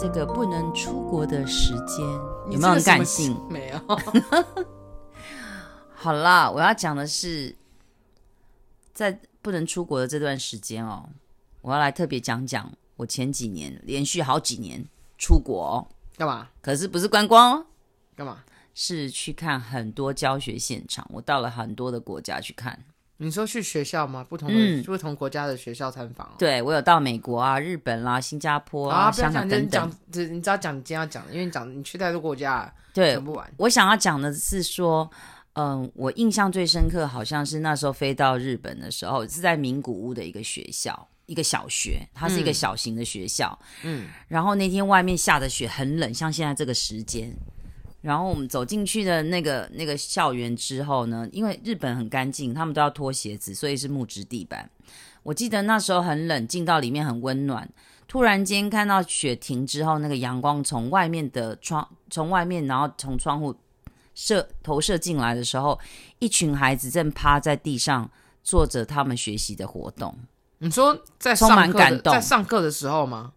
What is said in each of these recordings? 这个不能出国的时间，你有没这有 个很什么感性？没有，好啦，我要讲的是，在不能出国的这段时间哦，我要来特别讲讲我前几年连续好几年出国、哦，干嘛可是不是观光哦，干嘛？是去看很多教学现场。我到了很多的国家去看，你说去学校吗？不同的、嗯不同国家的学校参访、哦。对我有到美国啊、日本啦、新加坡啊、啊，不要香港讲，你等等讲。，只你只要讲你今天要讲的，因为你讲你去太多国家对讲，不完。我想要讲的是说，嗯，我印象最深刻好像是那时候飞到日本的时候，是在名古屋的一个学校，一个小学，它是一个小型的学校。嗯，然后那天外面下的雪很冷，像现在这个时间。然后我们走进去的那个那个校园之后呢，因为日本很干净，他们都要脱鞋子，所以是木质地板。我记得那时候很冷，进到里面很温暖。突然间看到雪停之后，那个阳光从外面的窗，从外面，然后从窗户射投射进来的时候，一群孩子正趴在地上做着他们学习的活动。你说在充上满课感的动在上课的时候吗？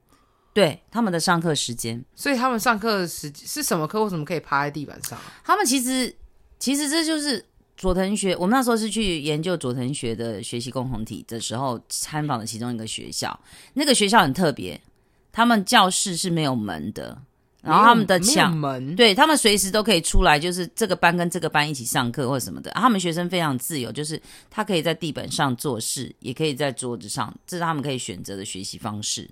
对，他们的上课时间，所以他们上课的时是什么课？为什么可以趴在地板上啊？他们其实其实这就是佐藤学。我们那时候是去研究佐藤学的学习共同体的时候，参访的其中一个学校。那个学校很特别，他们教室是没有门的，然后他们的没有墙没有门，对他们随时都可以出来，就是这个班跟这个班一起上课或什么的。啊他们学生非常自由，就是他可以在地板上做事，也可以在桌子上，这是他们可以选择的学习方式。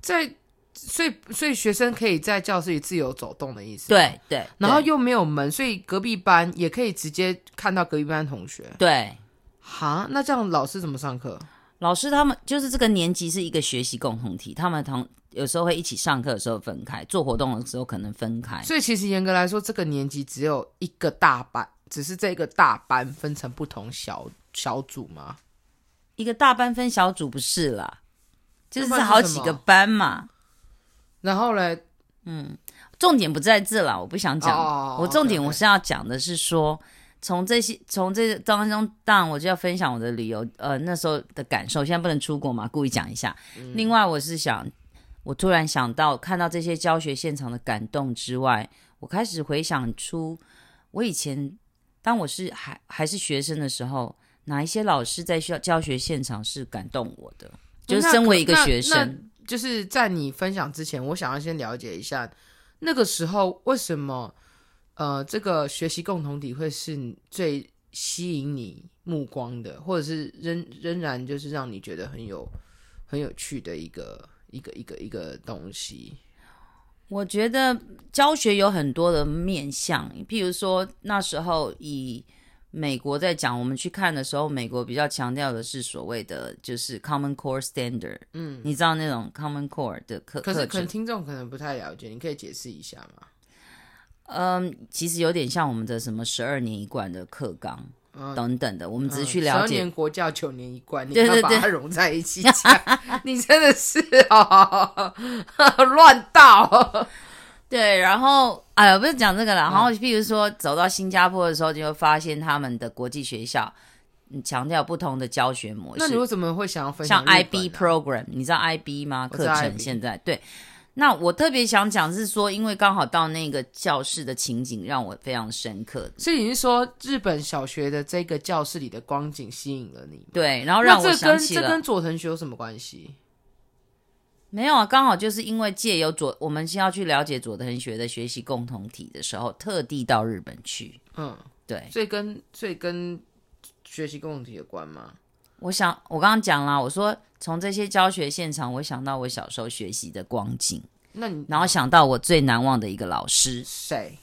在所以所以学生可以在教室里自由走动的意思。，对对，然后对又没有门，所以隔壁班也可以直接看到隔壁班同学。对哈，那这样老师怎么上课？老师他们就是这个年级是一个学习共同体，他们同有时候会一起上课的时候分开，做活动的时候可能分开。所以其实严格来说，这个年级只有一个大班，只是这个大班分成不同小小组嘛。一个大班分小组不是啦，就是那不然是好几什么个班嘛。然后呢，重点不在这啦，我不想讲。哦我重点 OK，OK 我是要讲的是说，从这些从这当中，当然我就要分享我的旅游，呃，那时候的感受。现在不能出国嘛，故意讲一下。嗯另外，我是想，我突然想到，看到这些教学现场的感动之外，我开始回想出我以前当我是还还是学生的时候，哪一些老师在教教学现场是感动我的，就是那身为可一个那学那生。就是在你分享之前，我想要先了解一下，那个时候为什么呃这个学习共同体会是你最吸引你目光的，或者是仍仍然就是让你觉得很有很有趣的一个一个一个一个东西。我觉得教学有很多的面向，譬如说那时候以美国在讲，我们去看的时候，美国比较强调的是所谓的就是 Common Core Standard，嗯，你知道那种 Common Core 的课可课是可程能，听众可能不太了解，你可以解释一下吗？嗯，其实有点像我们的什么十二年一贯的课纲、等等的，我们只是去了啊嗯十二解年国教，九年一贯，你对对要把对它融在一起讲， 你真的是哦，乱 到。对，然后哎呀，不是讲这个了。然嗯后，譬如说走到新加坡的时候，就会发现他们的国际学校，嗯，强调不同的教学模式。那你为什么会想要分享像日本啊 IB program，你知道 IB 吗？我知课道 IB 程现在对。那我特别想讲是说，因为刚好到那个教室的情景让我非常深刻，所以你是说日本小学的这个教室里的光景吸引了你吗？对，然后那让我这想跟起这了跟佐藤学有什么关系？没有啊，刚好就是因为借由佐，我们先要去了解佐藤学的学习共同体的时候，特地到日本去。嗯，对，所以跟所以跟学习共同体有关吗？我想我刚刚讲啦，我说从这些教学现场，我想到我小时候学习的光景，那你然后想到我最难忘的一个老师，谁？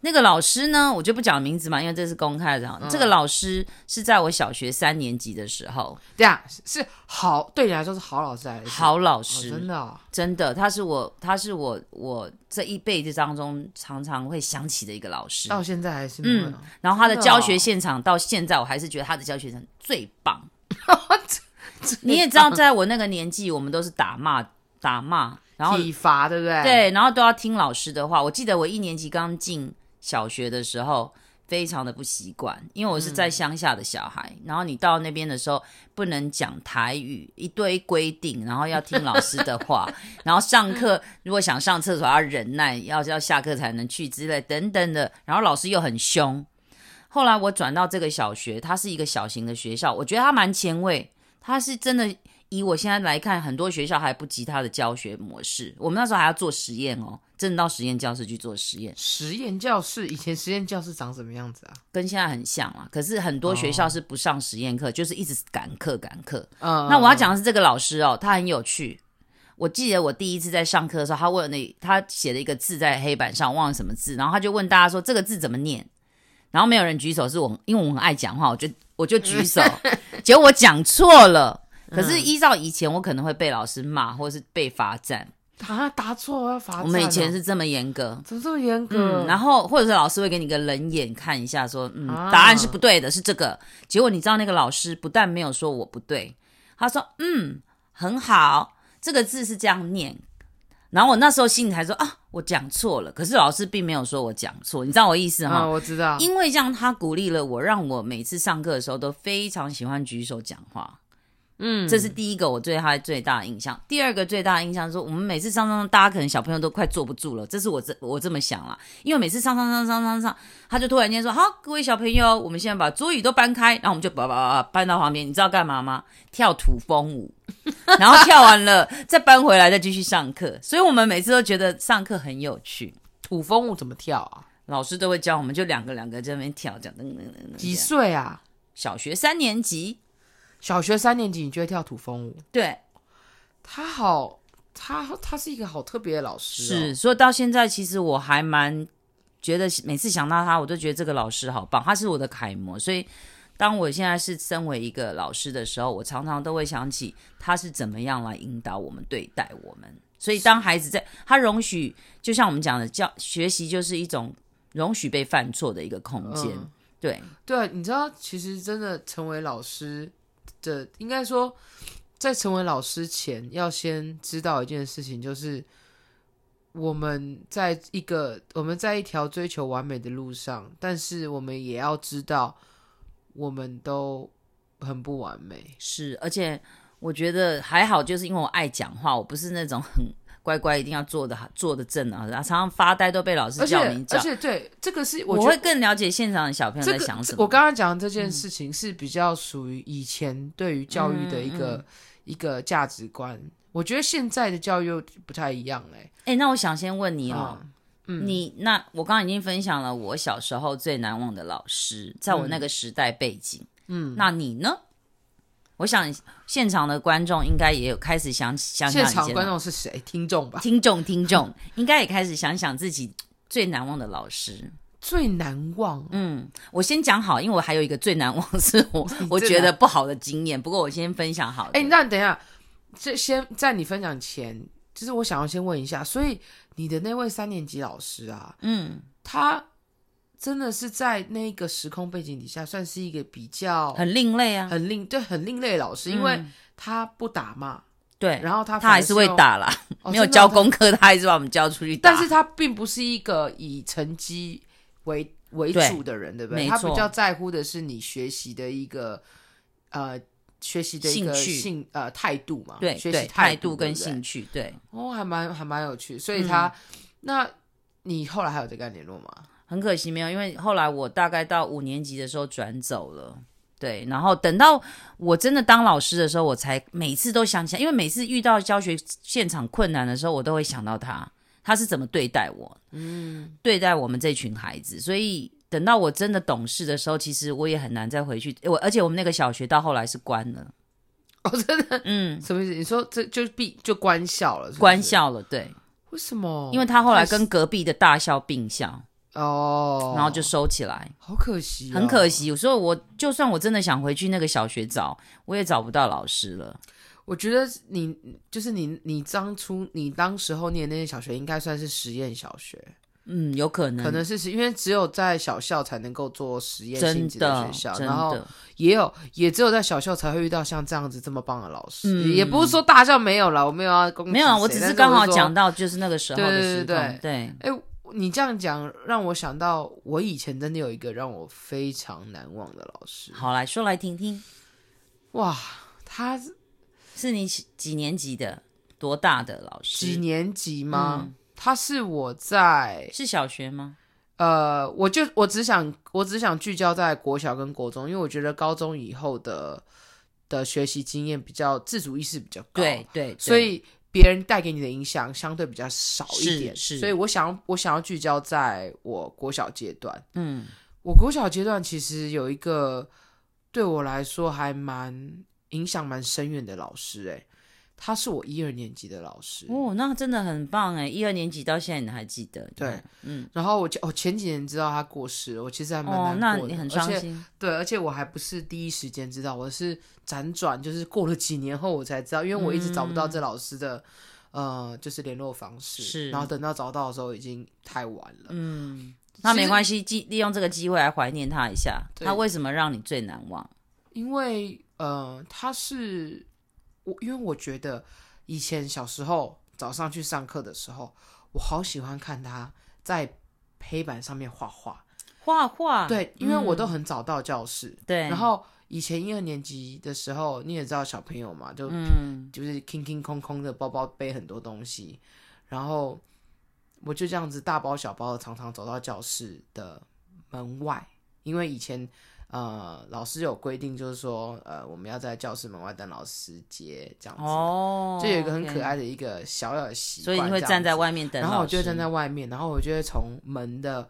那个老师呢，我就不讲名字嘛，因为这是公开的嗯啊。这个老师是在我小学三年级的时候，对啊，是好对你来说是好老师还是好老哦师，真的哦真的，他是我，他是我，我这一辈子当中常常会想起的一个老师。到现在还是没有嗯然后他的哦真的教学哦现场到现在，我还是觉得他的教学现场最 棒。你也知道，在我那个年纪，我们都是打骂打骂，然后体罚，对不对？，对，然后都要听老师的话。我记得我一年级刚进小学的时候，非常的不习惯，因为我是在乡下的小孩，然后你到那边的时候不能讲台语，一堆规定，然后要听老师的话，然后上课如果想上厕所要忍耐，要要下课才能去之类等等的，然后老师又很凶。后来我转到这个小学，它是一个小型的学校，我觉得它蛮前卫，它是真的。以我现在来看，很多学校还不及它的教学模式。我们那时候还要做实验哦，真的到实验教室去做实验。实验教室以前实验教室长什么样子啊？跟现在很像啦，可是很多学校是不上实验课，就是一直赶课赶课。嗯，那我要讲的是这个老师哦，他很有趣。我记得我第一次在上课的时候，他问你，他写了一个字在黑板上，忘了什么字，然后他就问大家说这个字怎么念，然后没有人举手，是我因为我很爱讲话，我就我就举 手，结果我讲错了。可嗯是依照以前，我可能会被老师骂，或是被罚站。啊答错要罚站哦。我们以前是这么严格，怎么这么严格？嗯，然后或者是老师会给你个冷眼看一下说，嗯，啊答案是不对的，是这个。结果你知道那个老师不但没有说我不对，他说嗯很好，这个字是这样念。然后我那时候心里还说啊，我讲错了，可是老师并没有说我讲错，你知道我意思哈？嗯，我知道。因为这样他鼓励了我，让我每次上课的时候都非常喜欢举手讲话。嗯，这是第一个我对他最大的印象。第二个最大的印象是说，我们每次上上上，大家可能小朋友都快坐不住了，这是我这我这么想啦。因为每次上上上上上上，他就突然间说：“好，各位小朋友，我们现在把桌椅都搬开。”然后我们就把把把搬到旁边，你知道干嘛吗？跳土风舞，然后跳完了再搬回来，再继续上课。所以我们每次都觉得上课很有趣，土风舞怎么跳啊？老师都会教我们，就两个两个在那边跳，这样噔噔噔噔几噔这样。岁啊？小学三年级，小学三年级你就会跳土风舞？对，他好，他他是一个好特别的老师、哦是，，所以到现在其实我还蛮觉得，每次想到他，我都觉得这个老师好棒，他是我的楷模。所以，当我现在是身为一个老师的时候，我常常都会想起他是怎么样来引导我们、对待我们。所以，当孩子在他容许，就像我们讲的，教学习就是一种容许被犯错的一个空间。嗯对，对，你知道，其实真的成为老师的，应该说，在成为老师前，要先知道一件事情，就是我们在一个我们在一条追求完美的路上，但是我们也要知道，我们都很不完美。是，而且我觉得还好，就是因为我爱讲话，我不是那种很。乖乖，一定要坐的坐的正啊！然后常常发呆都被老师而且叫名叫而，且，对这个是我觉会得更了解现场的小朋友这在个想什这么。嗯我刚刚讲的这件事情是比较属于以前对于教育的一个、嗯嗯一个价值观。我觉得现在的教育又不太一样哎、哎、那我想先问你哦，嗯你那我刚刚已经分享了我小时候最难忘的老师，在嗯我那个时代背景，嗯，那你呢？我想现场的观众应该也有开始想想想现以场前观的众是谁？听众吧。听众听众应该也开始想想自己最难忘的老师。最难忘，嗯，我先讲好，因为我还有一个最难忘是我 你我最觉难得不好的经验，不过我先分享好的。哎、那等一下，这先在你分享前，就是我想要先问一下，所以你的那位三年级老师啊，嗯，他真的是在那个时空背景底下，算是一个比较很另类啊，很另对很另类的老师，因为嗯他不打骂，对，然后他他反而还是会用打啦。哦没有真的交吗功课，他还是把我们交出去打。但是他并不是一个以成绩为为对主的人，对不对？没他错比较在乎的是你学习的一个呃学习的一个兴趣兴呃态度嘛，对学习对态度跟兴兴趣，嗯对，哦，还蛮还蛮有趣。所以他、那你后来还有在跟他联络吗？很可惜没有，因为后来我大概到五年级的时候转走了。对，然后等到我真的当老师的时候，我才每次都想起来，因为每次遇到教学现场困难的时候，我都会想到他，他是怎么对待我，嗯，对待我们这群孩子。所以等到我真的懂事的时候，其实我也很难再回去。我而且我们那个小学到后来是关了，哦，真的嗯，什么意思？你说这就必就关校了是不是关？校了，对，为什么？因为他后来太跟隔壁的大校并校，哦，然后就收起来。好可惜、哦很可。惜，所以我就算我真的想回去那个小学找，我也找不到老师了。我觉得你就是你，你当初你当时候念那些小学，应该算是实验小学。嗯，有可能，可能是是因为只有在小校才能够做实验性真质的的学校，真然后的，也有也只有在小校才会遇到像这样子这么棒的老师，嗯也不是说大校没有啦，我没有要攻击没有啊，嗯谁我只但是是刚好就说讲，到就是那个时候的时对对对空，对，哎、你这样讲让我想到，我以前真的有一个让我非常难忘的老师。好，来说来听听，哇，他是你几几年级的？多大的老师？几年级吗？嗯他是我在是小学吗？呃，我就我只想我只想聚焦在国小跟国中，因为我觉得高中以后的的学习经验比较自主意识比较高，对对，对哦所以别人带给你的影响相对比较少一是点，是所以我想要我想要聚焦在我国小阶段。嗯，我国小阶段其实有一个对我来说还蛮影响蛮深远的老师、欸，他是我一二年级的老师。哦，那真的很棒哎！一二年级到现在你还记得？对，嗯，然后我前我前几年知道他过世了，我其实还蛮哦，那难过的，你很而伤且心，对，而且我还不是第一时间知道，我是辗转，就是过了几年后我才知道，因为我一直找不到这老师的、呃，就是联络方式，嗯是然后等到找到的时候已经太晚了。嗯，那没关系，记利用这个机会来怀念他一下。对他为什么让你最难忘？因为呃，他是我，因为我觉得以前小时候早上去上课的时候，我好喜欢看他在黑板上面画画。画画，对，因为我嗯都很早到教室，对，然后以前一二年级的时候，你也知道小朋友嘛，就嗯，就是空空空空的包包背很多东西，然后我就这样子大包小包的常常走到教室的门外，因为以前呃老师有规定，就是说呃我们要在教室门外等老师接这样子，哦，就有一个很可 OK，爱的一个小小的习所惯，以你会站在。外面等老然师，后我就会站在外面，然后我就会从门的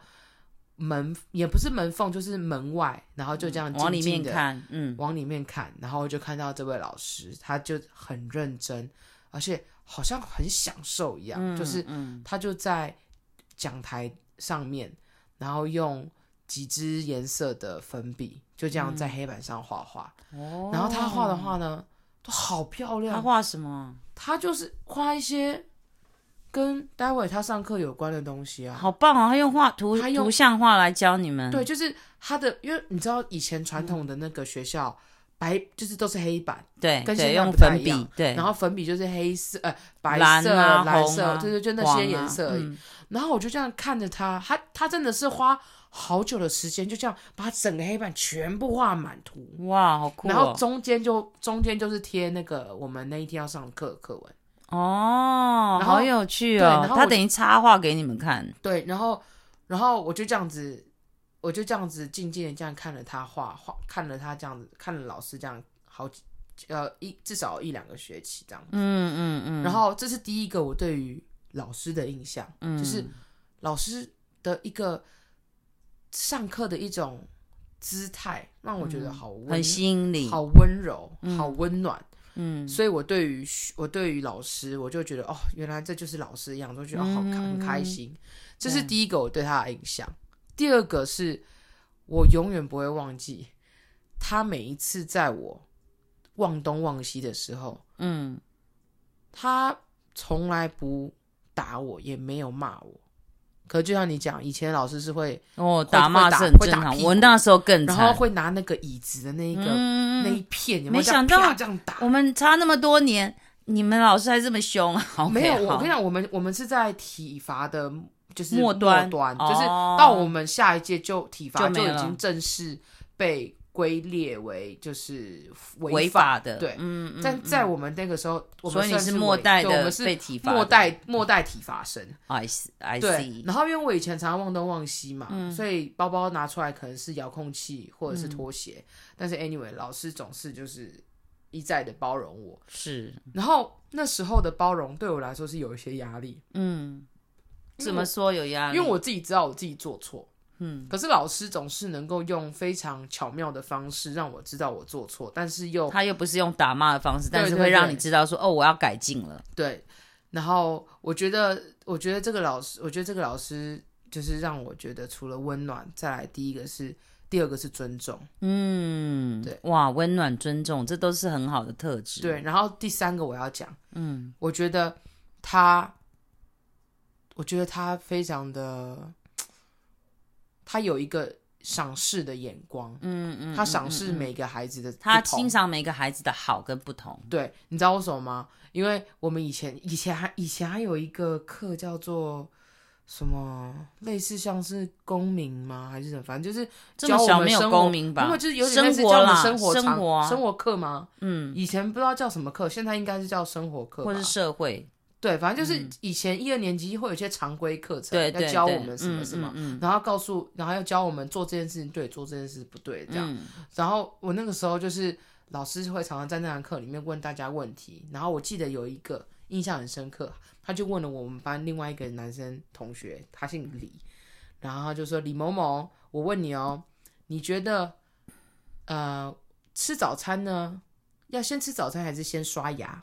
门也不是门缝，就是门外，然后就这样往里静面静地看，嗯，往里面看，然后我就看到这位老师，他就很认真，而且好像很享受一样，嗯就是嗯，他就在讲台上面，然后用几支颜色的粉笔，就这样在黑板上画画。嗯哦，然后他画的画呢，都好漂他亮。画什么？他就是画一些跟待会他上课有关的东西啊。好棒哦！他用画图他用图像画来教你们，对，，就是他的，因为你知道以前传统的那个学校，白就是都是黑板。对跟现对，在用不太粉一笔样，对，然后粉笔就是黑色、呃白蓝色、啊、蓝红色，啊、对对，就那黄些啊颜色而已。嗯然后我就这样看着他，他他真的是花好久的时间，就这样把整个黑板全部画满图，哇，好酷、哦！然后中间就中间就是贴那个我们那一天要上课的课文。哦，然后好有趣对哦然！后他我等于插画给你们看，对，然后然后我就这样子，我就这样子静静的这样看着他画画，看了他这样子，看了老师这样好几呃一至少一两个学期这样。嗯嗯嗯，然后这是第一个我对于老师的印象，嗯就是老师的一个上课的一种姿态，让我觉得好温、嗯很吸引你，好温柔，嗯好温暖。嗯，所以我对于我对于老师，我就觉得哦，原来这就是老师的样子，我觉得哦好、开嗯很开心。这是对第一个我对他的印象。第二个是我永远不会忘记他每一次在我忘东忘西的时候，嗯，他从来不打我，也没有骂我。可就像你讲，以前老师是会，哦，会打骂会打是很会正打常，屁我股那时候更然后惨，会拿那个椅子的那一个、那一嗯，片，有没有这想样到啪这样打？我们差那么多年，你们老师还这么凶，好没有，我跟你好讲，我们我们是在体罚的，就是末端就是哦到我们下一届就体罚就没就已了经正式被归列为就是违法。法的，对嗯嗯，但在我们那个时候，我们所以你算是违末代对我的们是被体罚的，末代末代体罚生。 I see I 对， see，嗯然后因为我以前常常忘东忘西嘛，所以包包拿出来可能是遥控器或者是拖鞋，但是 anyway，老师总是就是一再的包容我。是，然后那时候的包容对我来说是有一些压力，嗯，因为怎么我说有压力？因为我自己知道我自己做错，嗯，可是老师总是能够用非常巧妙的方式让我知道我做错，但是又他又不是用打骂的方式，但对是对会让对你知道说，哦，我要改进了。对，然后我觉得，我觉得这个老师，我觉得这个老师就是让我觉得除了温暖，再来第一个是，第二个是尊重，嗯，对，哇，温暖、尊重，这都是很好的特质。对，，然后第三个我要讲，嗯，我觉得他，我觉得他非常的，他有一个赏识的眼光，嗯嗯，他嗯赏嗯识嗯每个孩子的不同，他欣赏每个孩子的好跟不同。对，你知道为什么吗？因为我们以前以前还以前还有一个课叫做什么类似像是公民吗？还是什么？反正就是这么教我小们没有生活公民吧因为就是有点类生似活教我们啦，生活生常活啊，生活课吗？嗯，以前不知道叫什么课，现在应该是叫生活课吧，或是社会，对，反正就是以前一二年级会有一些常规课程，嗯对对要教对我们什么嗯什么，嗯然后告诉，然后要教我们做这件事情对，做这件事不对这样。嗯然后我那个时候就是老师会常常在那堂课里面问大家问题，然后我记得有一个印象很深刻，他就问了我们班另外一个男生同学，他姓李，然后他就说李某某，我问你哦，你觉得呃吃早餐呢，要先吃早餐还是先刷牙？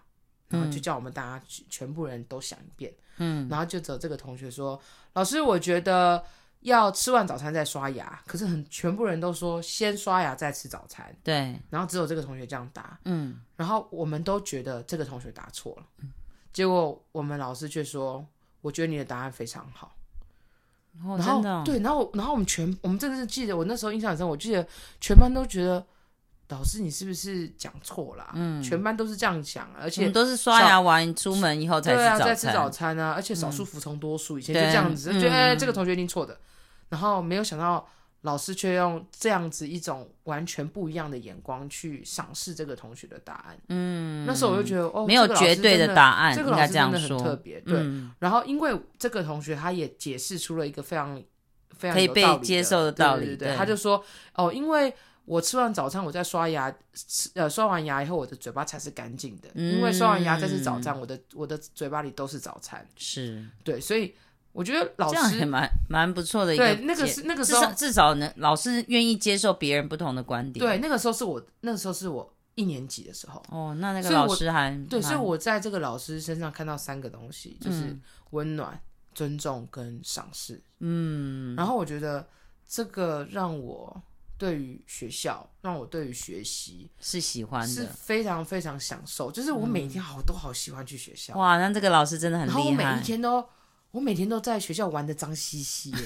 然后就叫我们大家去全部人都想一遍，嗯，然后就只有这个同学说，老师，我觉得要吃完早餐再刷牙，可是很全部人都说先刷牙再吃早餐，对，然后只有这个同学这样答，嗯，然后我们都觉得这个同学答错了，结果我们老师却说，我觉得你的答案非常好，然后然后真的哦对，然后然后我们全我们真的是记得，我那时候印象很深，我记得全班都觉得老师你是不是讲错了啊、嗯全班都是这样想，而我且们都是刷牙完出门以后才对啊，在吃吃早早餐，嗯餐啊，而且少数服从多数，以前就对这样子，就觉嗯得、哎这个同学一定错的，然后没有想到老师却用这样子一种完全不一样的眼光去赏识这个同学的答案。嗯，那时候我就觉得哦，没有这个老师绝对真的的答案，这个应老该师这样真的很特说。别，对。嗯，然后因为这个同学他也解释出了一个非常非常可以有被道理接受的的道对理对对对他就说哦，因为。我吃完早餐，我再刷牙，吃呃刷完牙以后，我的嘴巴才是干净的，嗯因为刷完牙再吃早餐，我的我的嘴巴里都是早餐，是对，所以我觉得老这样也师蛮蛮不错的一对解那个是那个至时候少至少能老师愿意接受别人不同的观点。对那个时候是我那个时候是我一年级的时候，哦，那那个所以我老师还对，蛮所以我在这个老师身上看到三个东西，就是嗯温暖、尊重跟赏识。嗯，然后我觉得这个让我对于学校，让我对于学习是喜欢是的。嗯非常非常享受，就是我每天好都好喜欢去学校，哇，那这个老师真的很然后我厉每一害。天都。我每天都在学校玩的脏兮兮耶，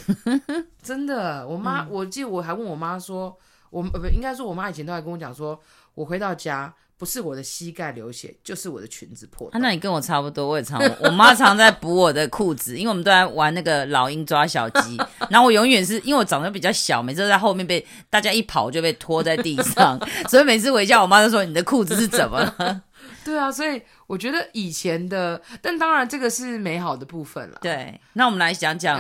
真的。我嗯妈，我记得我还问我妈说，我呃不应该说，我妈以前都还跟我讲说，我回到家不是我的膝盖流血，就是我的裙子破啊，洞。那你跟我差不多，我也常， 我妈常在补我的裤子，因为我们都在玩那个老鹰抓小鸡， 然后我永远是因为我长得比较小，每次都在后面被大家一跑就被拖在地上， 所以每次回家我妈就说你的裤子是怎么 了？对啊，所以我觉得以前的，但当然这个是美好的部分了。对，那我们来讲 讲，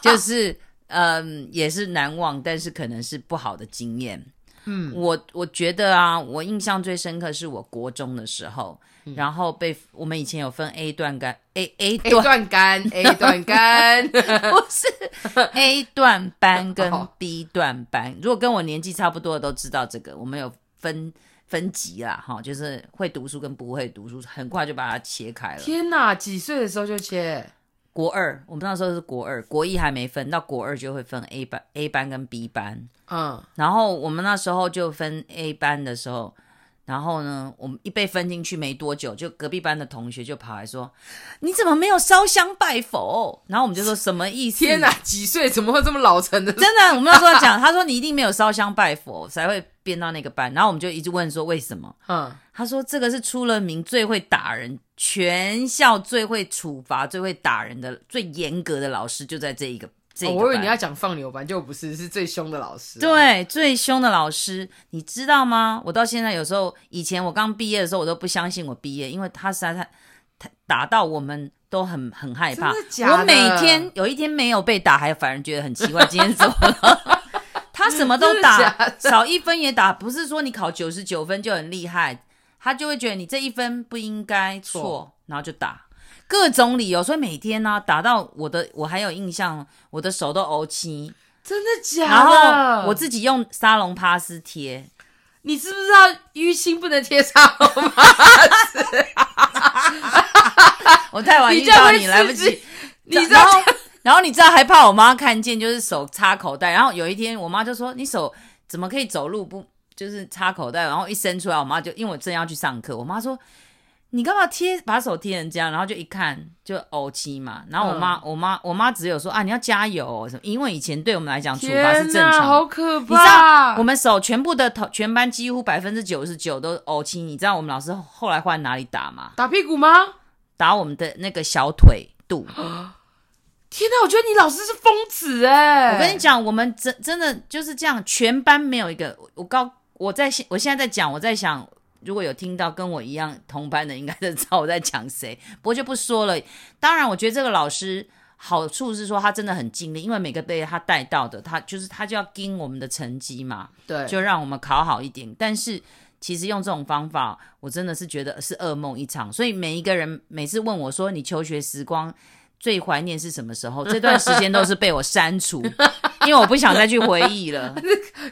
就是嗯，也是难忘，但是可能是不好的经验。嗯，我我觉得啊，我印象最深刻是我国中的时候，然后被我们以前有分 A 段跟 A 嗯 A ，A 段段干，A 段干， 不 是 A 段班跟哦 B 段班，如果跟我年纪差不多的都知道这个，我们有分分级啦，哈，就是会读书跟不会读书，很快就把它切开了。天哪！几岁的时候就切？国二，我们那时候是国二，国一还没分，到国二就会分 A 班、A 班跟 B 班。嗯，然后我们那时候就分 A 班的时候，然后呢，我们一被分进去没多久，就隔壁班的同学就跑来说：“你怎么没有烧香拜佛？”然后我们就说：“什么意思？”天哪！几岁怎么会这么老成的？真的，我们那时候讲，他说你一定没有烧香拜佛才会变到那个班，然后我们就一直问说为什么？嗯，他说这个是出了名最会打人，全校最会处罚、最会打人的、最严格的老师就在这一个这一哦个班。我以为你要讲放牛班，就不是，是最凶的老师。，啊对最凶的老师，你知道吗？我到现在有时候，以前我刚毕业的时候，我都不相信我毕业，因为他实在太他打到我们都很很害怕。真的假的我每天有一天没有被打，还反而觉得很奇怪，今天怎么了？ 他什么都真的打，少一分也打，不是说你考九十九分就很厉害，他就会觉得你这一分不应该错，错然后就打。各种理由，所以每天呢、打到我的，我还有印象，我的手都凹青，真的假的？然后我自己用沙龙帕斯贴，你知不知道淤青不能贴沙龙吗？我太晚你遇这样到会你来不刺激及，你知 然道后然后你知道还怕我妈看见，就是手插口袋。然后有一天我妈就说：“你手怎么可以走路不就是插口袋？”然后一伸出来，我妈就因为我正要去上课，我妈说。你干嘛贴把手贴成这样？然后就一看就呕气嘛。然后我妈、我妈、我妈只有说啊，你要加油哦、什么？因为以前对我们来讲处罚是天正常的，好可你知道怕！我们手全部的头，全班几乎百分之九十九都呕青。你知道我们老师后来换哪里打吗？打屁股吗？打我们的那个小腿肚，天哪，我觉得你老师是疯子哎！我跟你，讲，我们真真的就是这样，全班没有一个。我告我在现我现在在讲，我在想，如果有听到跟我一样同班的，应该都知道我在讲谁。不过就不说了。当然，我觉得这个老师好处是说他真的很尽力，因为每个被他带到的，他就是他就要盯我们的成绩嘛，对，就让我们考好一点。但是其实用这种方法，我真的是觉得是噩梦一场。所以每一个人每次问我说：“你求学时光最怀念是什么时候？”这段时间都是被我删除，因为我不想再去回忆了。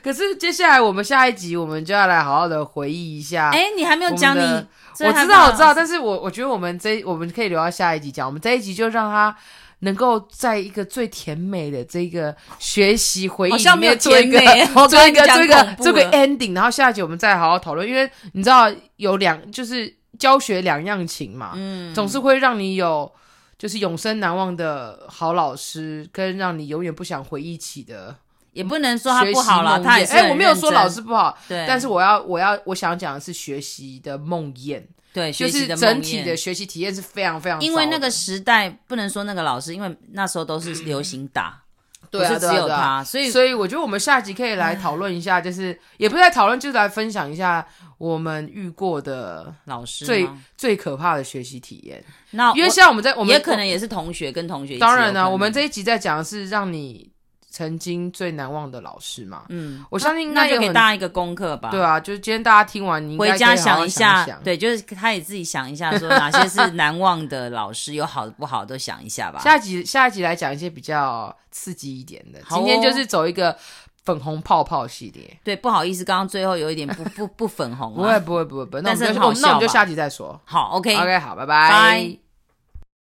可是接下来我们下一集，我们就要来好好的回忆一下。哎、你还没有讲你啊我们的，这我还知没有道，我知道，但是我我觉得我们这我们可以留到下一集讲，我们这一集就让他能够在一个最甜美的这个学习回忆好像里没有面做一个甜 美我做一刚个刚做讲一个恐怖做一了个 ending，然后下一集我们再好好讨论，因为你知道有两就是教学两样情嘛，嗯，总是会让你有。就是永生难忘的好老师，跟让你永远不想回忆起的也不能说他学习不好了，梦他也魇。是哎、很我没有认说真老师不好，对，但是我要我要我想讲的是学习的梦魇，对就学习是的整梦体魇的学习体验是非常非常糟的，因为那个时代不能说那个老师，因为那时候都是流行打，对啊不是对只啊有对他，啊，所以所以我觉得我们下集可以来讨论一下，就是也不是来讨论，就是来分享一下我们遇过的老师最吗最可怕的学习体验，那因为我现在我们在我们哦也可能也是同学跟同学一起有当可能，然了、我们这一集在讲的是让你曾经最难忘的老师嘛，嗯，我相信应那该就有给很大家一个功课吧，对啊，就是今天大家听完，你应该回家可以好好想一下，想对，啊就是他也自己想一下，说哪些 是难忘的老师，有好的不好都想一下吧。下一集下一集来讲一些比较刺激一点的。好哦今天就是走一个粉红泡泡系列。对，不好意思，刚刚最后有一点不不不粉红不会了。不会不会不会，那我但们是很就好我们那笑我们就吧下集再说。好，OK， OK，好，拜拜